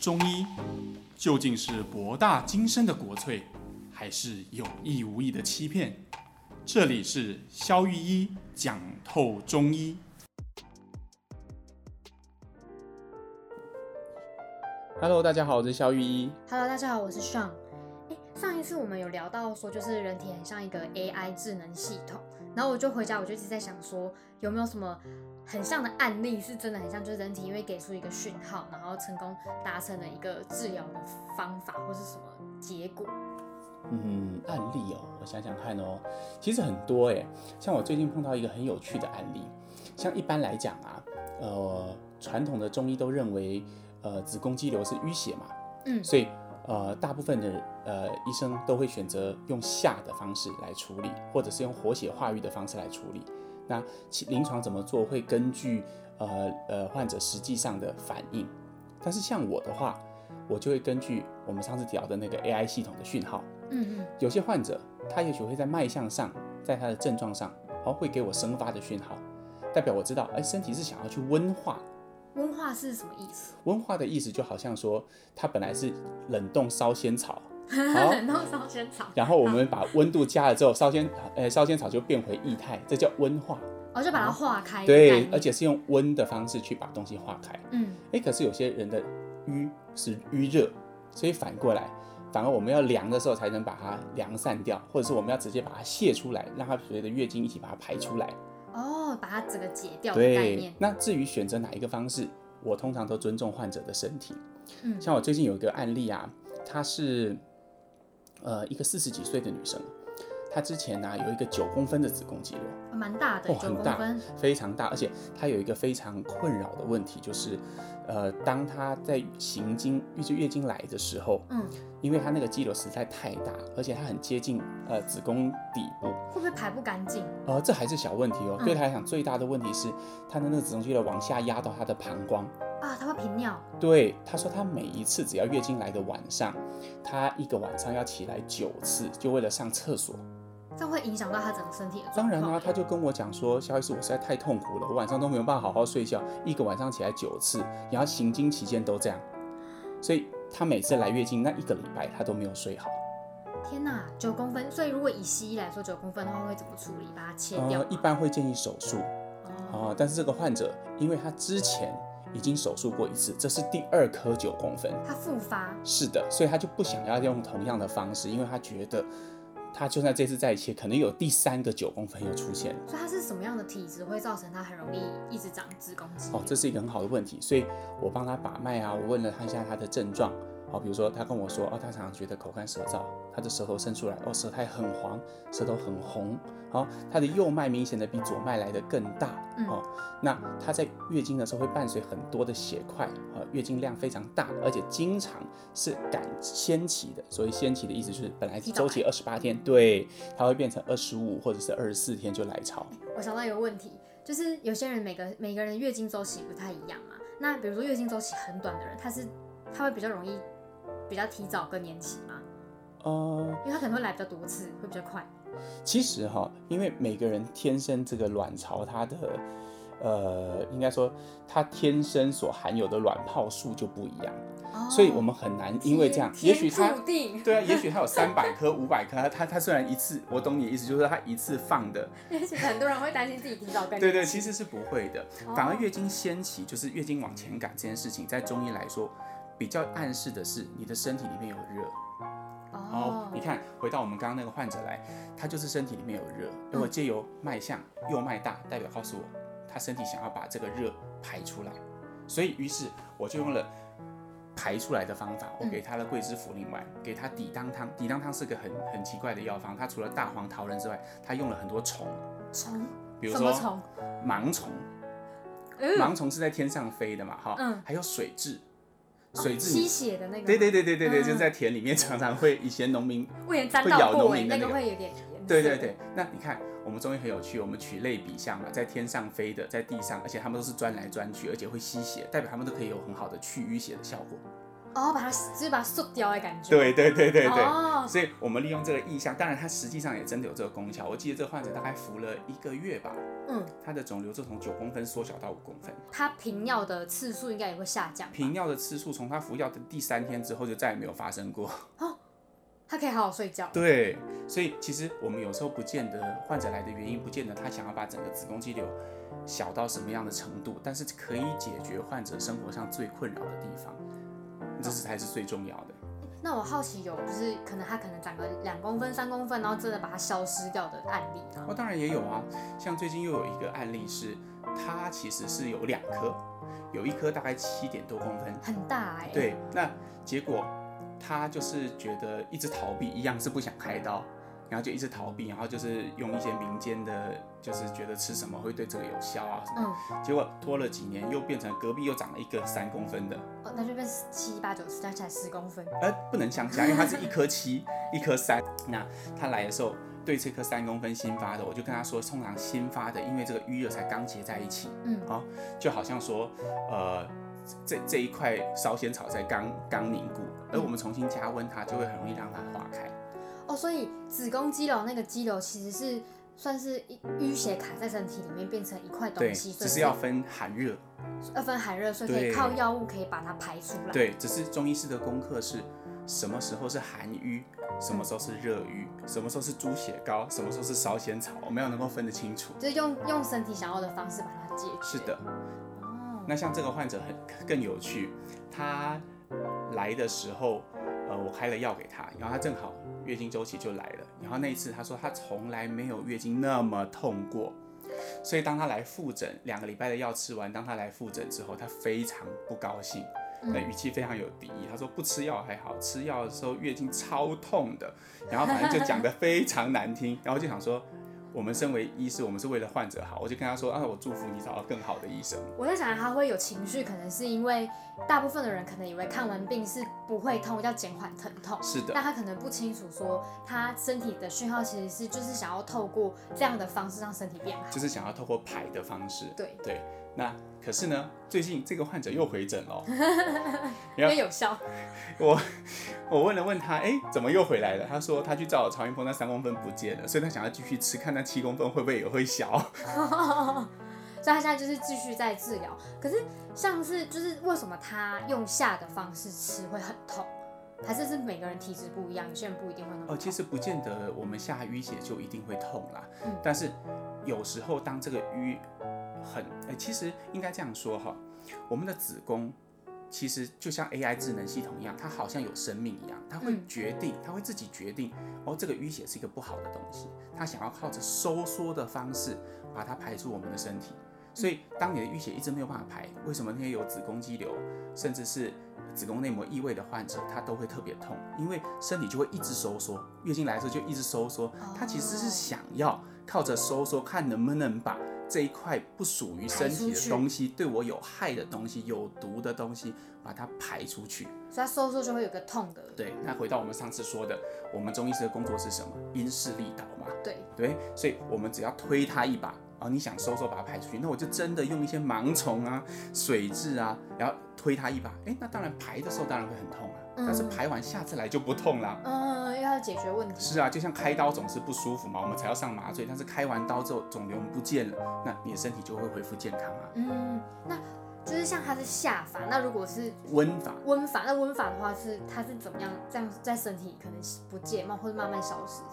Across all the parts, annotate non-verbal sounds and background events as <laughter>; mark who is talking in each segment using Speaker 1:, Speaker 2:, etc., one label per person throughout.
Speaker 1: 中医究竟是博大精深的国粹，还是有意无意的欺骗？这里是肖玉一讲透中医。
Speaker 2: Hello，大家好，我是肖玉一。
Speaker 3: Hello，大家好，我是 Sean。哎，上一次我们有聊到说，就是人体很像一个 AI 智能系统，然后我就回家，我就一直在想说，有没有什么很像的案例是真的很像，就是人体因为给出一个讯号，然后成功达成了一个治疗的方法或是什么结果？
Speaker 2: 嗯，案例哦，我想想看哦，其实很多诶，像我最近碰到一个很有趣的案例，像一般来讲啊，呃，传统的中医都认为，呃，子宫肌瘤是淤血嘛，
Speaker 3: 嗯
Speaker 2: 所以呃，大部分的呃医生都会选择用下的方式来处理，或者是用活血化瘀的方式来处理。那其临床怎么做，会根据呃呃患者实际上的反应。但是像我的话，我就会根据我们上次聊的那个 AI 系统的讯号，
Speaker 3: 嗯嗯，
Speaker 2: 有些患者他也许会在脉象上，在他的症状上，哦，会给我生发的讯号，代表我知道，哎，身体是想要去温化
Speaker 3: 温化是什么意思？
Speaker 2: 温化的意思就好像说，它本来是冷冻烧仙草，
Speaker 3: <laughs>
Speaker 2: 好
Speaker 3: 冷冻烧仙草，
Speaker 2: 然后我们把温度加了之后，烧仙呃烧仙草就变回液态，这叫温化。
Speaker 3: 我哦就把它化开的概
Speaker 2: 对
Speaker 3: 念。，
Speaker 2: 而且是用温的方式去把东西化开。
Speaker 3: 嗯，
Speaker 2: 哎，可是有些人的瘀是瘀热，所以反过来，反而我们要凉的时候才能把它凉散掉，或者是我们要直接把它泄出来，让它随着月经一起把它排出来。
Speaker 3: 哦，把它整个解掉的概
Speaker 2: 对
Speaker 3: 念，。
Speaker 2: 那至于选择哪一个方式，我通常都尊重患者的身体。
Speaker 3: 嗯
Speaker 2: 像我最近有一个案例啊，她是呃一个四十几岁的女生，她之前呢、啊有一个九公分的子宫肌瘤，
Speaker 3: 蛮大的，
Speaker 2: 哦
Speaker 3: 九
Speaker 2: 很
Speaker 3: 公
Speaker 2: 大
Speaker 3: 分。
Speaker 2: 非常大，而且她有一个非常困扰的问题，就是呃当她在行经就是月经来的时候，
Speaker 3: 嗯，
Speaker 2: 因为她那个肌瘤实在太大，而且她很接近呃子宫底部，
Speaker 3: 会不会排不干净？
Speaker 2: 呃这还是小问题哦，
Speaker 3: 嗯
Speaker 2: 对她来讲最大的问题是她的那个子宫肌瘤往下压到她的膀胱。
Speaker 3: 啊，它会频尿，
Speaker 2: 对，她说她每一次只要月经来的晚上，她一个晚上要起来九次，就为了上厕所。
Speaker 3: 这样会影响到她整个身体的
Speaker 2: 当
Speaker 3: 状
Speaker 2: 然啦、
Speaker 3: 况。
Speaker 2: 她就跟我讲说，肖医师，我实在太痛苦了，我晚上都没有办法好好睡觉，一个晚上起来九次，然后行经期间都这样，所以她每次来月经那一个礼拜，她都没有睡好。
Speaker 3: 天哪，九公分！所以如果以西医来说，九公分的话会怎么处理？把它切掉
Speaker 2: 呃
Speaker 3: 吗？，
Speaker 2: 一般会建议手术
Speaker 3: 哦，
Speaker 2: 啊、但是这个患者因为她之前已经手术过一次，这是第二颗九公分，
Speaker 3: 它复发，
Speaker 2: 是的，所以他就不想要用同样的方式，因为他觉得他就算这次再切，可能有第三个九公分又出现了。
Speaker 3: 所以它是什么样的体质会造成它很容易一直长子宫肌
Speaker 2: 哦，这是一个很好的问题，所以我帮他把脉啊，我问了他一下他的症状。好，比如说他跟我说，哦，他常常觉得口干舌燥，他的舌头伸出来，哦，舌苔很黄，舌头很红。好、他的右脉明显的比左脉来的更大。
Speaker 3: 嗯
Speaker 2: 哦，那他在月经的时候会伴随很多的血块，啊，月经量非常大，而且经常是赶先期的。所谓先期的意思就是本来是
Speaker 3: 提早
Speaker 2: 周期二十八天，对，它会变成二十五或者是二十四天就来潮。
Speaker 3: 我想到一个问题，就是有些人每个每个人月经周期不太一样嘛。那比如说月经周期很短的人，他是他会比较容易比较提早更年期嘛，
Speaker 2: 呃，
Speaker 3: 因为他可能会来比较多次，会比较快。
Speaker 2: 其实哈、因为每个人天生这个卵巢它的，呃，应该说它天生所含有的卵泡数就不一样，
Speaker 3: 哦
Speaker 2: 所以我们很难因为这样，也许它
Speaker 3: 天注定， <laughs>
Speaker 2: 对啊，也许它有三百颗、五百颗，它它它虽然一次，我懂你的意思，就是它一次放的，
Speaker 3: 也许很多人会担心自己提早更年期。
Speaker 2: 对对，其实是不会的。
Speaker 3: 哦
Speaker 2: 反而月经先期，就是月经往前赶这件事情，在中医来说，比较暗示的是你的身体里面有热。哦，
Speaker 3: 哦
Speaker 2: 你，看，回到我们刚刚那个患者来，他就是身体里面有热，如
Speaker 3: 嗯
Speaker 2: 果借由脉象右脉大，代表告诉我，他身体想要把这个热排出来，所以于是我就用了排出来的方法，我
Speaker 3: 嗯
Speaker 2: 给他了桂枝茯苓丸，给他抵当汤，抵当汤是个很很奇怪的药方，它除了大黄桃仁之外，它用了很多虫，
Speaker 3: 虫
Speaker 2: 比如
Speaker 3: 什么
Speaker 2: 说
Speaker 3: 虫？
Speaker 2: 盲虫，
Speaker 3: 嗯，
Speaker 2: 盲虫是在天上飞的嘛，哈，
Speaker 3: 嗯
Speaker 2: 还有水蛭，水蛭
Speaker 3: 吸
Speaker 2: 你。
Speaker 3: 血的那个，
Speaker 2: 对对，对对对对，
Speaker 3: 嗯
Speaker 2: 就是在田里面常常会，以前农民
Speaker 3: 我也沾
Speaker 2: 会
Speaker 3: 到
Speaker 2: 咬
Speaker 3: 过
Speaker 2: 农
Speaker 3: 哎，
Speaker 2: 民的
Speaker 3: 那
Speaker 2: 那
Speaker 3: 个
Speaker 2: 个
Speaker 3: 会有点颜色
Speaker 2: 对对，对，那你看，我们中医很有趣，我们取类比象嘛，在天上飞的，在地上，而且它们都是钻来钻去，而且会吸血，代表它们都可以有很好的去淤血的效果。
Speaker 3: 哦，把它就是把它塑掉的感觉。
Speaker 2: 对对对对对。
Speaker 3: 哦，
Speaker 2: 所以我们利用这个意象，当然它实际上也真的有这个功效。我记得这个患者大概服了一个月吧，
Speaker 3: 嗯，
Speaker 2: 他的肿瘤就从九公分缩小到五公分，
Speaker 3: 它频尿的次数应该也会下降吧。
Speaker 2: 频尿的次数从他服药的第三天之后就再也没有发生过。
Speaker 3: 它可以好好睡觉。
Speaker 2: 对，所以其实我们有时候不见得患者来的原因，不见得他想要把整个子宫肌瘤小到什么样的程度，但是可以解决患者生活上最困扰的地方，这是才是最重要的。
Speaker 3: 那我好奇有就是可能它可能长个两公分、三公分，然后真的把它消失掉的案例吗？
Speaker 2: 哦，当然也有啊，像最近又有一个案例是，它其实是有两颗，有一颗大概七点多公分，
Speaker 3: 很大哎、，
Speaker 2: 对，那结果他就是觉得一直逃避，一样是不想开刀，然后就一直逃避，然后就是用一些民间的，就是觉得吃什么会对这个有效啊什么，
Speaker 3: 嗯，
Speaker 2: 结果拖了几年，又变成隔壁又长了一个三公分的，
Speaker 3: 哦，那就变七八九十，加起来十公分。
Speaker 2: 呃，不能相加，因为它是一颗七，一颗三。那他来的时候，对这颗三公分新发的，我就跟他说，通常新发的，因为这个淤热才刚结在一起，
Speaker 3: 嗯
Speaker 2: 好、就好像说，呃，这这一块烧仙草才刚刚凝固，而我
Speaker 3: 嗯
Speaker 2: 们重新加温它，就会很容易让它化开。
Speaker 3: 哦，所以子宫肌瘤那个肌瘤其实是算是一淤血卡在身体里面变成一块
Speaker 2: 对，
Speaker 3: 东西，所
Speaker 2: 只
Speaker 3: 以
Speaker 2: 是要分寒热。
Speaker 3: 二分寒热，所以可以
Speaker 2: 对
Speaker 3: 靠药物可以把它排出来。，
Speaker 2: 对，只是中医师的功课是什么时候是寒瘀，什么时候是热瘀，什么时候是猪血糕，什么时候是烧仙草，我们要能够分得清楚。
Speaker 3: 就是用用身体想要的方式把它解决。
Speaker 2: 是的。
Speaker 3: 哦，
Speaker 2: 那像这个患者很更有趣，他来的时候，呃，我开了药给他，然后他正好月经周期就来了，然后那一次他说他从来没有月经那么痛过，所以当他来复诊，两个礼拜的药吃完，当他来复诊之后，他非常不高兴。那语气非常有敌意，他说不吃药还好，吃药的时候月经超痛的，然后反正就讲得非常难听，然后就想说，我们身为医师，我们是为了患者好，我就跟他说啊，我祝福你找到更好的医生。
Speaker 3: 我在想他会有情绪，可能是因为大部分的人可能以为看完病是不会痛，要减缓疼痛。
Speaker 2: 是的
Speaker 3: 那，他可能不清楚说，他身体的讯号其实是就是想要透过这样的方式让身体变好。
Speaker 2: 就是想要透过排的方式。
Speaker 3: 对，
Speaker 2: 对，那可是呢，最近这个患者又回诊
Speaker 3: <laughs>
Speaker 2: 了哦。
Speaker 3: 因为有效。 <laughs>
Speaker 2: 我问了问他，哎，怎么又回来了？他说他去照了超音波，那三公分不见了，所以他想要继续吃，看那七公分会不会也会小。
Speaker 3: 所以他现在就是继续在治疗。可是像是就是为什么他用下的方式吃会很痛？还是是每个人体质不一样，有些人不一定会那么
Speaker 2: 哦，
Speaker 3: 痛。
Speaker 2: 其实不见得我们下淤血就一定会痛啦，
Speaker 3: 嗯
Speaker 2: 但是有时候当这个淤很，哎，其实应该这样说哈，我们的子宫。其实就像 AI 智能系统一样，它好像有生命一样，它会
Speaker 3: 嗯
Speaker 2: 决定，它会自己决定哦，这个淤血是一个不好的东西，它想要靠着收缩的方式把它排出我们的身体。所以，当你的淤血一直没有办法排，为什么那些有子宫肌瘤，甚至是子宫内膜异位的患者，他都会特别痛，因为身体就会一直收缩，月经来的时候就一直收
Speaker 3: 哦
Speaker 2: 缩。它其实是想要靠着收缩，看能不能把这一块不属于身体
Speaker 3: 排出
Speaker 2: 的
Speaker 3: 去
Speaker 2: 东西，对我有害的东西、有毒的东西，把它排出去。
Speaker 3: 所以他收缩就会有个痛的。
Speaker 2: 对，那回到我们上次说的，我们中医师的工作是什么？因势利导嘛。
Speaker 3: 对
Speaker 2: 对，所以我们只要推它一把啊，你想收缩把它排出去，那我就真的用一些盲从啊、水蛭啊，然后推它一把，哎，那当然排的时候当然会很痛啊，但是
Speaker 3: 嗯
Speaker 2: 排完下次来就不痛啦。
Speaker 3: 嗯，因为要解决问题。
Speaker 2: 是啊，就像开刀总是不舒服嘛，我们才要上麻醉，但是开完刀之后肿瘤不见了，那你的身体就会恢复健康啊。
Speaker 3: 嗯，那就是像他是下法，那如果是
Speaker 2: 温法
Speaker 3: 温法，那温法的话是它是怎么样这样在身体可能不见慢或者慢慢消失的？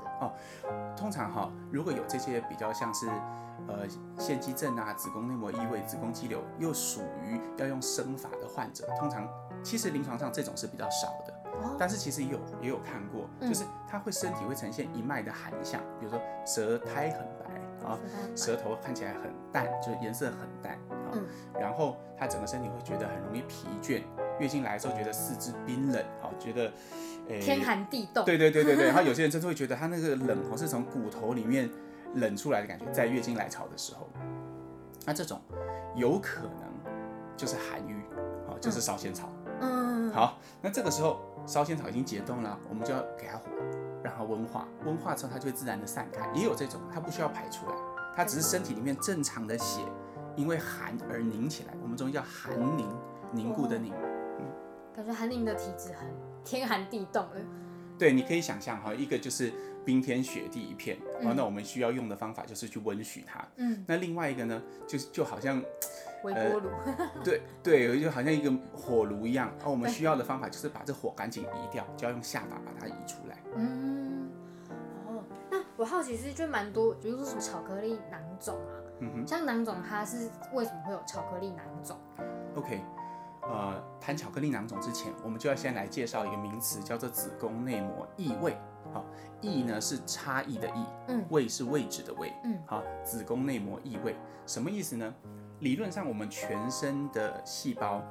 Speaker 2: 通常哈、如果有这些比较像是呃腺肌症啊、子宫内膜异位、子宫肌瘤，又属于要用生法的患者，通常其实临床上这种是比较少的。
Speaker 3: 哦，
Speaker 2: 但是其实也有也有看过，
Speaker 3: 嗯
Speaker 2: 就是它会身体会呈现一脉的寒象，比如说舌苔很白啊，舌头看起来很淡，就是颜色很淡啊，
Speaker 3: 嗯
Speaker 2: 然后它整个身体会觉得很容易疲倦，月经来的时候觉得四肢冰冷啊，觉得诶
Speaker 3: 天寒地冻。
Speaker 2: 对对对对
Speaker 3: <laughs>
Speaker 2: 对，然后有些人甚至会觉得他那个冷哦是从骨头里面冷出来的感觉，在月经来潮的时候，那这种有可能就是寒瘀啊，就是烧仙草。
Speaker 3: 嗯，
Speaker 2: 好，那这个时候烧仙草已经解冻了，我们就要给它火，让它温化，温化之后它就会自然的散开。也有这种，它不需要排出来，它只是身体里面正常的血
Speaker 3: 哦
Speaker 2: 因为寒而凝起来，我们中医叫寒凝，凝固的凝。
Speaker 3: 感觉韩宁的体质很天寒地冻的，
Speaker 2: 对，你可以想象哈，一个就是冰天雪地一片，哦，
Speaker 3: 嗯
Speaker 2: 那我们需要用的方法就是去温煦它。
Speaker 3: 嗯，
Speaker 2: 那另外一个呢，就是就好像
Speaker 3: 微
Speaker 2: 呃
Speaker 3: 波炉， <laughs>
Speaker 2: 对对，就好像一个火炉一样，哦，我们需要的方法就是把这火赶紧移掉，就要用下法把它移出来。
Speaker 3: 嗯，哦，那我好奇是就蛮多，比如说什么巧克力囊肿啊，
Speaker 2: 嗯哼
Speaker 3: 像囊肿它是为什么会有巧克力囊肿？
Speaker 2: ，OK，呃，谈巧克力囊肿之前，我们就要先来介绍一个名词，叫做子宫内膜异位。好、异呢是差异的异，
Speaker 3: 嗯
Speaker 2: 位是位置的位，
Speaker 3: 嗯
Speaker 2: 好、子宫内膜异位什么意思呢？理论上我们全身的细胞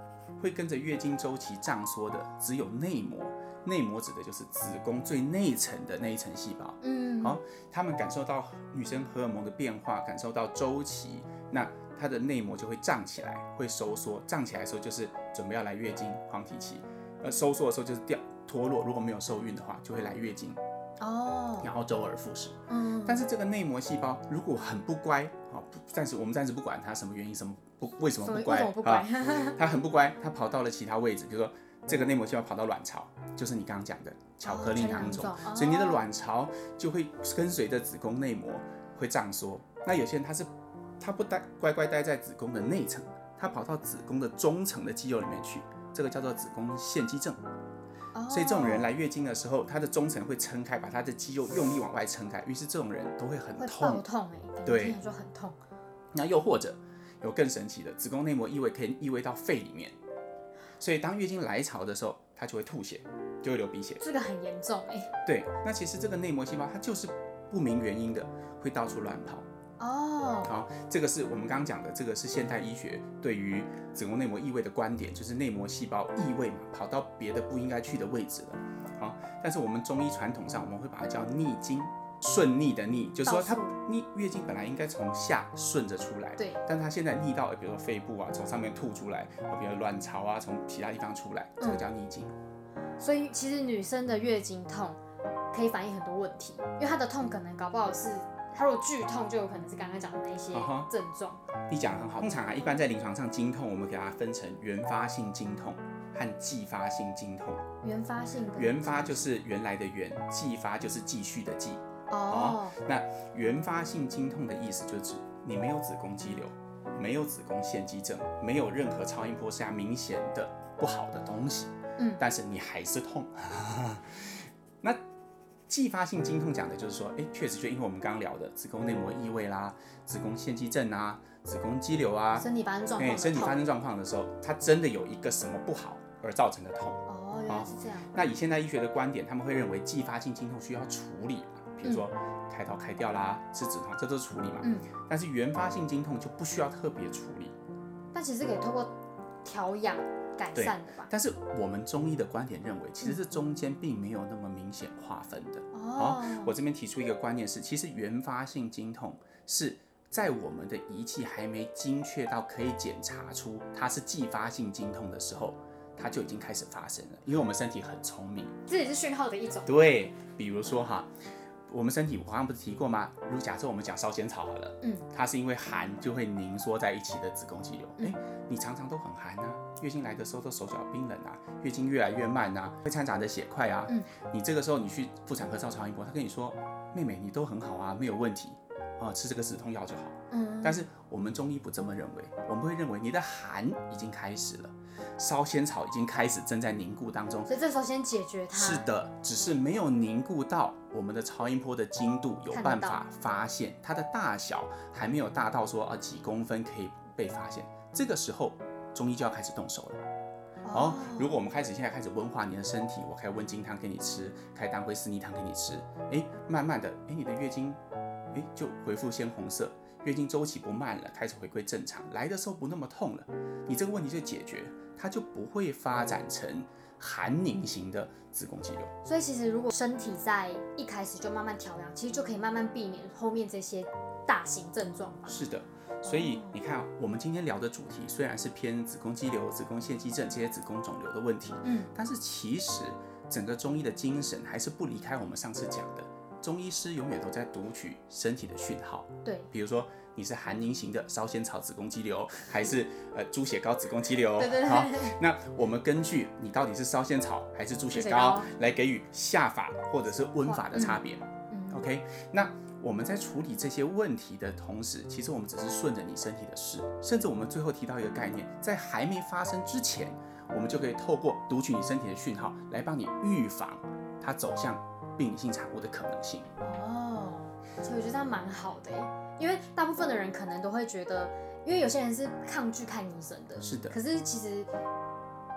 Speaker 2: 会跟着月经周期胀缩的，只有内膜，内膜指的就是子宫最内层的那一层细胞。
Speaker 3: 嗯，
Speaker 2: 好啊他们感受到女生荷尔蒙的变化，感受到周期，那她的内膜就会胀起来，会收缩。胀起来的时候就是准备要来月经黄体期，呃，收缩的时候就是掉脱落。如果没有受孕的话，就会来月经，
Speaker 3: 哦，
Speaker 2: 然后周而复始。
Speaker 3: 嗯，
Speaker 2: 但是这个内膜细胞如果很不乖，啊，不暂时我们暂时不管它什么原因，什么不为什么
Speaker 3: 所以
Speaker 2: 不乖
Speaker 3: 为什么不乖
Speaker 2: 啊，？它很不乖，它跑到了其他位置，比如说这个内膜细胞跑到卵巢，就是你刚刚讲的巧克力
Speaker 3: 哦巧克力
Speaker 2: 囊
Speaker 3: 囊
Speaker 2: 肿，
Speaker 3: 肿
Speaker 2: 所以你的
Speaker 3: 哦
Speaker 2: 卵巢就会跟随着子宫内膜会胀缩。那有些人他是他不待乖乖待在子宫的内层，他跑到子宫的中层的肌肉里面去，这个叫做子宫腺肌症。
Speaker 3: 哦
Speaker 2: 所以这种人来月经的时候，他的中层会撑开，把他的肌肉用力往外撑开，于是这种人都会很
Speaker 3: 会
Speaker 2: 痛
Speaker 3: 爆。痛哎、感觉
Speaker 2: 对
Speaker 3: 听起来就很痛。
Speaker 2: 那又或者有更神奇的，子宫内膜异位可以异位到肺里面，所以当月经来潮的时候，它就会吐血，就会流鼻血。
Speaker 3: 这个很严重哎、
Speaker 2: 对，那其实这个内膜细胞它就是不明原因的会到处乱跑。
Speaker 3: 哦，
Speaker 2: 好，这个是我们刚刚讲的，这个是现代医学对于子宫内膜异位的观点，就是内膜细胞异位嘛，跑到别的不应该去的位置了。好，但是我们中医传统上我们会把它叫逆经，顺逆的逆，就是说它
Speaker 3: 倒数
Speaker 2: 逆月经本来应该从下顺着出来，
Speaker 3: 对，
Speaker 2: 但它现在逆到，比如说肺部啊，从上面吐出来，比如卵巢啊，从其他地方出来，这个叫逆经。
Speaker 3: 所以其实女生的月经痛可以反映很多问题，因为她的痛可能搞不好是她如果剧痛，就有可能是刚刚讲的那些
Speaker 2: 啊哈
Speaker 3: 症状。
Speaker 2: 你讲得很好，通常啊，一般在临床上经痛，我们给它分成原发性经痛和继发性经痛。
Speaker 3: 原发性的
Speaker 2: 原发就是原来的原，继发就是继续的继。
Speaker 3: 哦，
Speaker 2: 那原发性经痛的意思就指你没有子宫肌瘤，没有子宫腺肌症，没有任何超音波下明显的不好的东西，
Speaker 3: 嗯
Speaker 2: 但是你还是痛。 <laughs> 那继发性经痛讲的就是说，哎，确实就因为我们刚刚聊的子宫内膜异位啦、子宫腺肌症啊、子宫肌瘤啊，
Speaker 3: 身体发生状况的痛，
Speaker 2: 身体发生状况的时候，它真的有一个什么不好而造成的痛。
Speaker 3: 哦，原来是这样，
Speaker 2: 那以现代医学的观点，他们会认为继发性经痛需要处理嘛，比如说开刀开掉啦，吃止痛，这都是处理嘛。
Speaker 3: 嗯，
Speaker 2: 但是原发性经痛就不需要特别处理。
Speaker 3: 但其实可以透过调养改善的吧？
Speaker 2: 但是我们中医的观点认为，其实这中间并没有那么明显划分的。
Speaker 3: 嗯哦，
Speaker 2: 我这边提出一个观念是，其实原发性经痛是在我们的仪器还没精确到可以检查出它是继发性经痛的时候，它就已经开始发生了。因为我们身体很聪明，
Speaker 3: 这也是讯号的一种。
Speaker 2: 对，比如说哈，我们身体我刚刚不是提过吗？如假设我们讲烧仙草好了，
Speaker 3: 嗯，
Speaker 2: 它是因为寒就会凝缩在一起的子宫肌瘤。哎、
Speaker 3: 嗯
Speaker 2: 你常常都很寒啊，月经来的时候都手脚冰冷啊，月经越来越慢啊，会掺杂着血块啊。
Speaker 3: 嗯，
Speaker 2: 你这个时候你去妇产科照超音波，他跟你说，妹妹你都很好啊，没有问题。啊、吃这个止痛药就好。
Speaker 3: 嗯，
Speaker 2: 但是我们中医不这么认为，我们会认为你的寒已经开始了，烧仙草已经开始正在凝固当中，
Speaker 3: 嗯所以这时候先解决它。
Speaker 2: 是，的，只是没有凝固到我们的超音波的精度，有
Speaker 3: 看得
Speaker 2: 办
Speaker 3: 到
Speaker 2: 法发现它的大小还没有大到说啊几公分可以被发现。这个时候，中医就要开始动手了。哦，如果我们开始现在开始温化你的身体，我开温经汤给你吃，开当归四逆汤给你吃，诶，慢慢的，诶，你的月经，诶，就恢复鲜红色，月经周期不慢了，开始回归正常，来的时候不那么痛了，你这个问题就解决了，它就不会发展成寒凝型的子宫肌瘤。
Speaker 3: 所以其实如果身体在一开始就慢慢调养，其实就可以慢慢避免后面这些大型症状吧。
Speaker 2: 是的，所以你看啊，我们今天聊的主题虽然是偏子宫肌瘤、子宫腺肌症这些子宫肿瘤的问题，
Speaker 3: 嗯，
Speaker 2: 但是其实整个中医的精神还是不离开我们上次讲的，中医师永远都在读取身体的讯号。
Speaker 3: 对，
Speaker 2: 比如说你是含凝型的烧仙草子宫肌瘤，还是呃猪血糕子宫肌瘤？
Speaker 3: 对对对
Speaker 2: 哦好，那我们根据你到底是烧仙草还是猪血
Speaker 3: 猪血
Speaker 2: 糕
Speaker 3: 糕，
Speaker 2: 来给予下法或者是温法的差别。
Speaker 3: <laughs> 嗯
Speaker 2: OK，那我们在处理这些问题的同时，其实我们只是顺着你身体的事，甚至我们最后提到一个概念，在还没发生之前，我们就可以透过读取你身体的讯号，来帮你预防它走向病理性产物的可能性。
Speaker 3: 哦，所以我觉得这样蛮好的耶，因为大部分的人可能都会觉得，因为有些人是抗拒看医生的，
Speaker 2: 是的
Speaker 3: 可是其实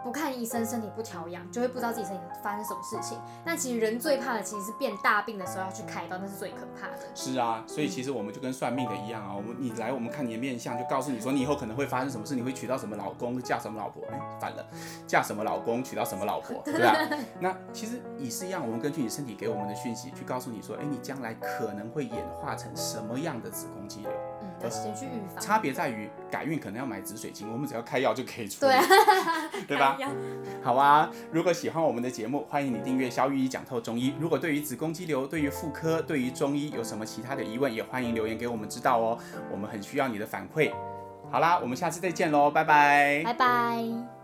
Speaker 3: 不看医生，身体不调养，就会不知道自己身体发生什么事情。那其实人最怕的其实是变大病的时候要去开刀，那是最可怕的。
Speaker 2: 是啊，所以
Speaker 3: 嗯
Speaker 2: 其实我们就跟算命的一样啊，我们你来我们看你的面相，就告诉你说你以后可能会发生什么事，你会娶到什么老公，嫁什么老婆，哎，反了，嫁什么老公，娶到什么老婆，对吧、 <laughs> 那其实也是一样，我们根据你身体给我们的讯息，去告诉你说，哎，你将来可能会演化成什么样的子宫肌瘤，
Speaker 3: 嗯，要先去预防。
Speaker 2: 呃差别在于改运可能要买紫水晶，我们只要开药就可以出，
Speaker 3: 对啊，
Speaker 2: 对
Speaker 3: <laughs>
Speaker 2: 吧
Speaker 3: 哎？呀
Speaker 2: <laughs> 好啊，如果喜欢我们的节目，欢迎你订阅《肖玉医讲透中医》。如果对于子宫肌瘤、对于妇科、对于中医有什么其他的疑问，也欢迎留言给我们知道哦，我们很需要你的反馈。好啦，我们下次再见喽，拜拜
Speaker 3: 拜拜。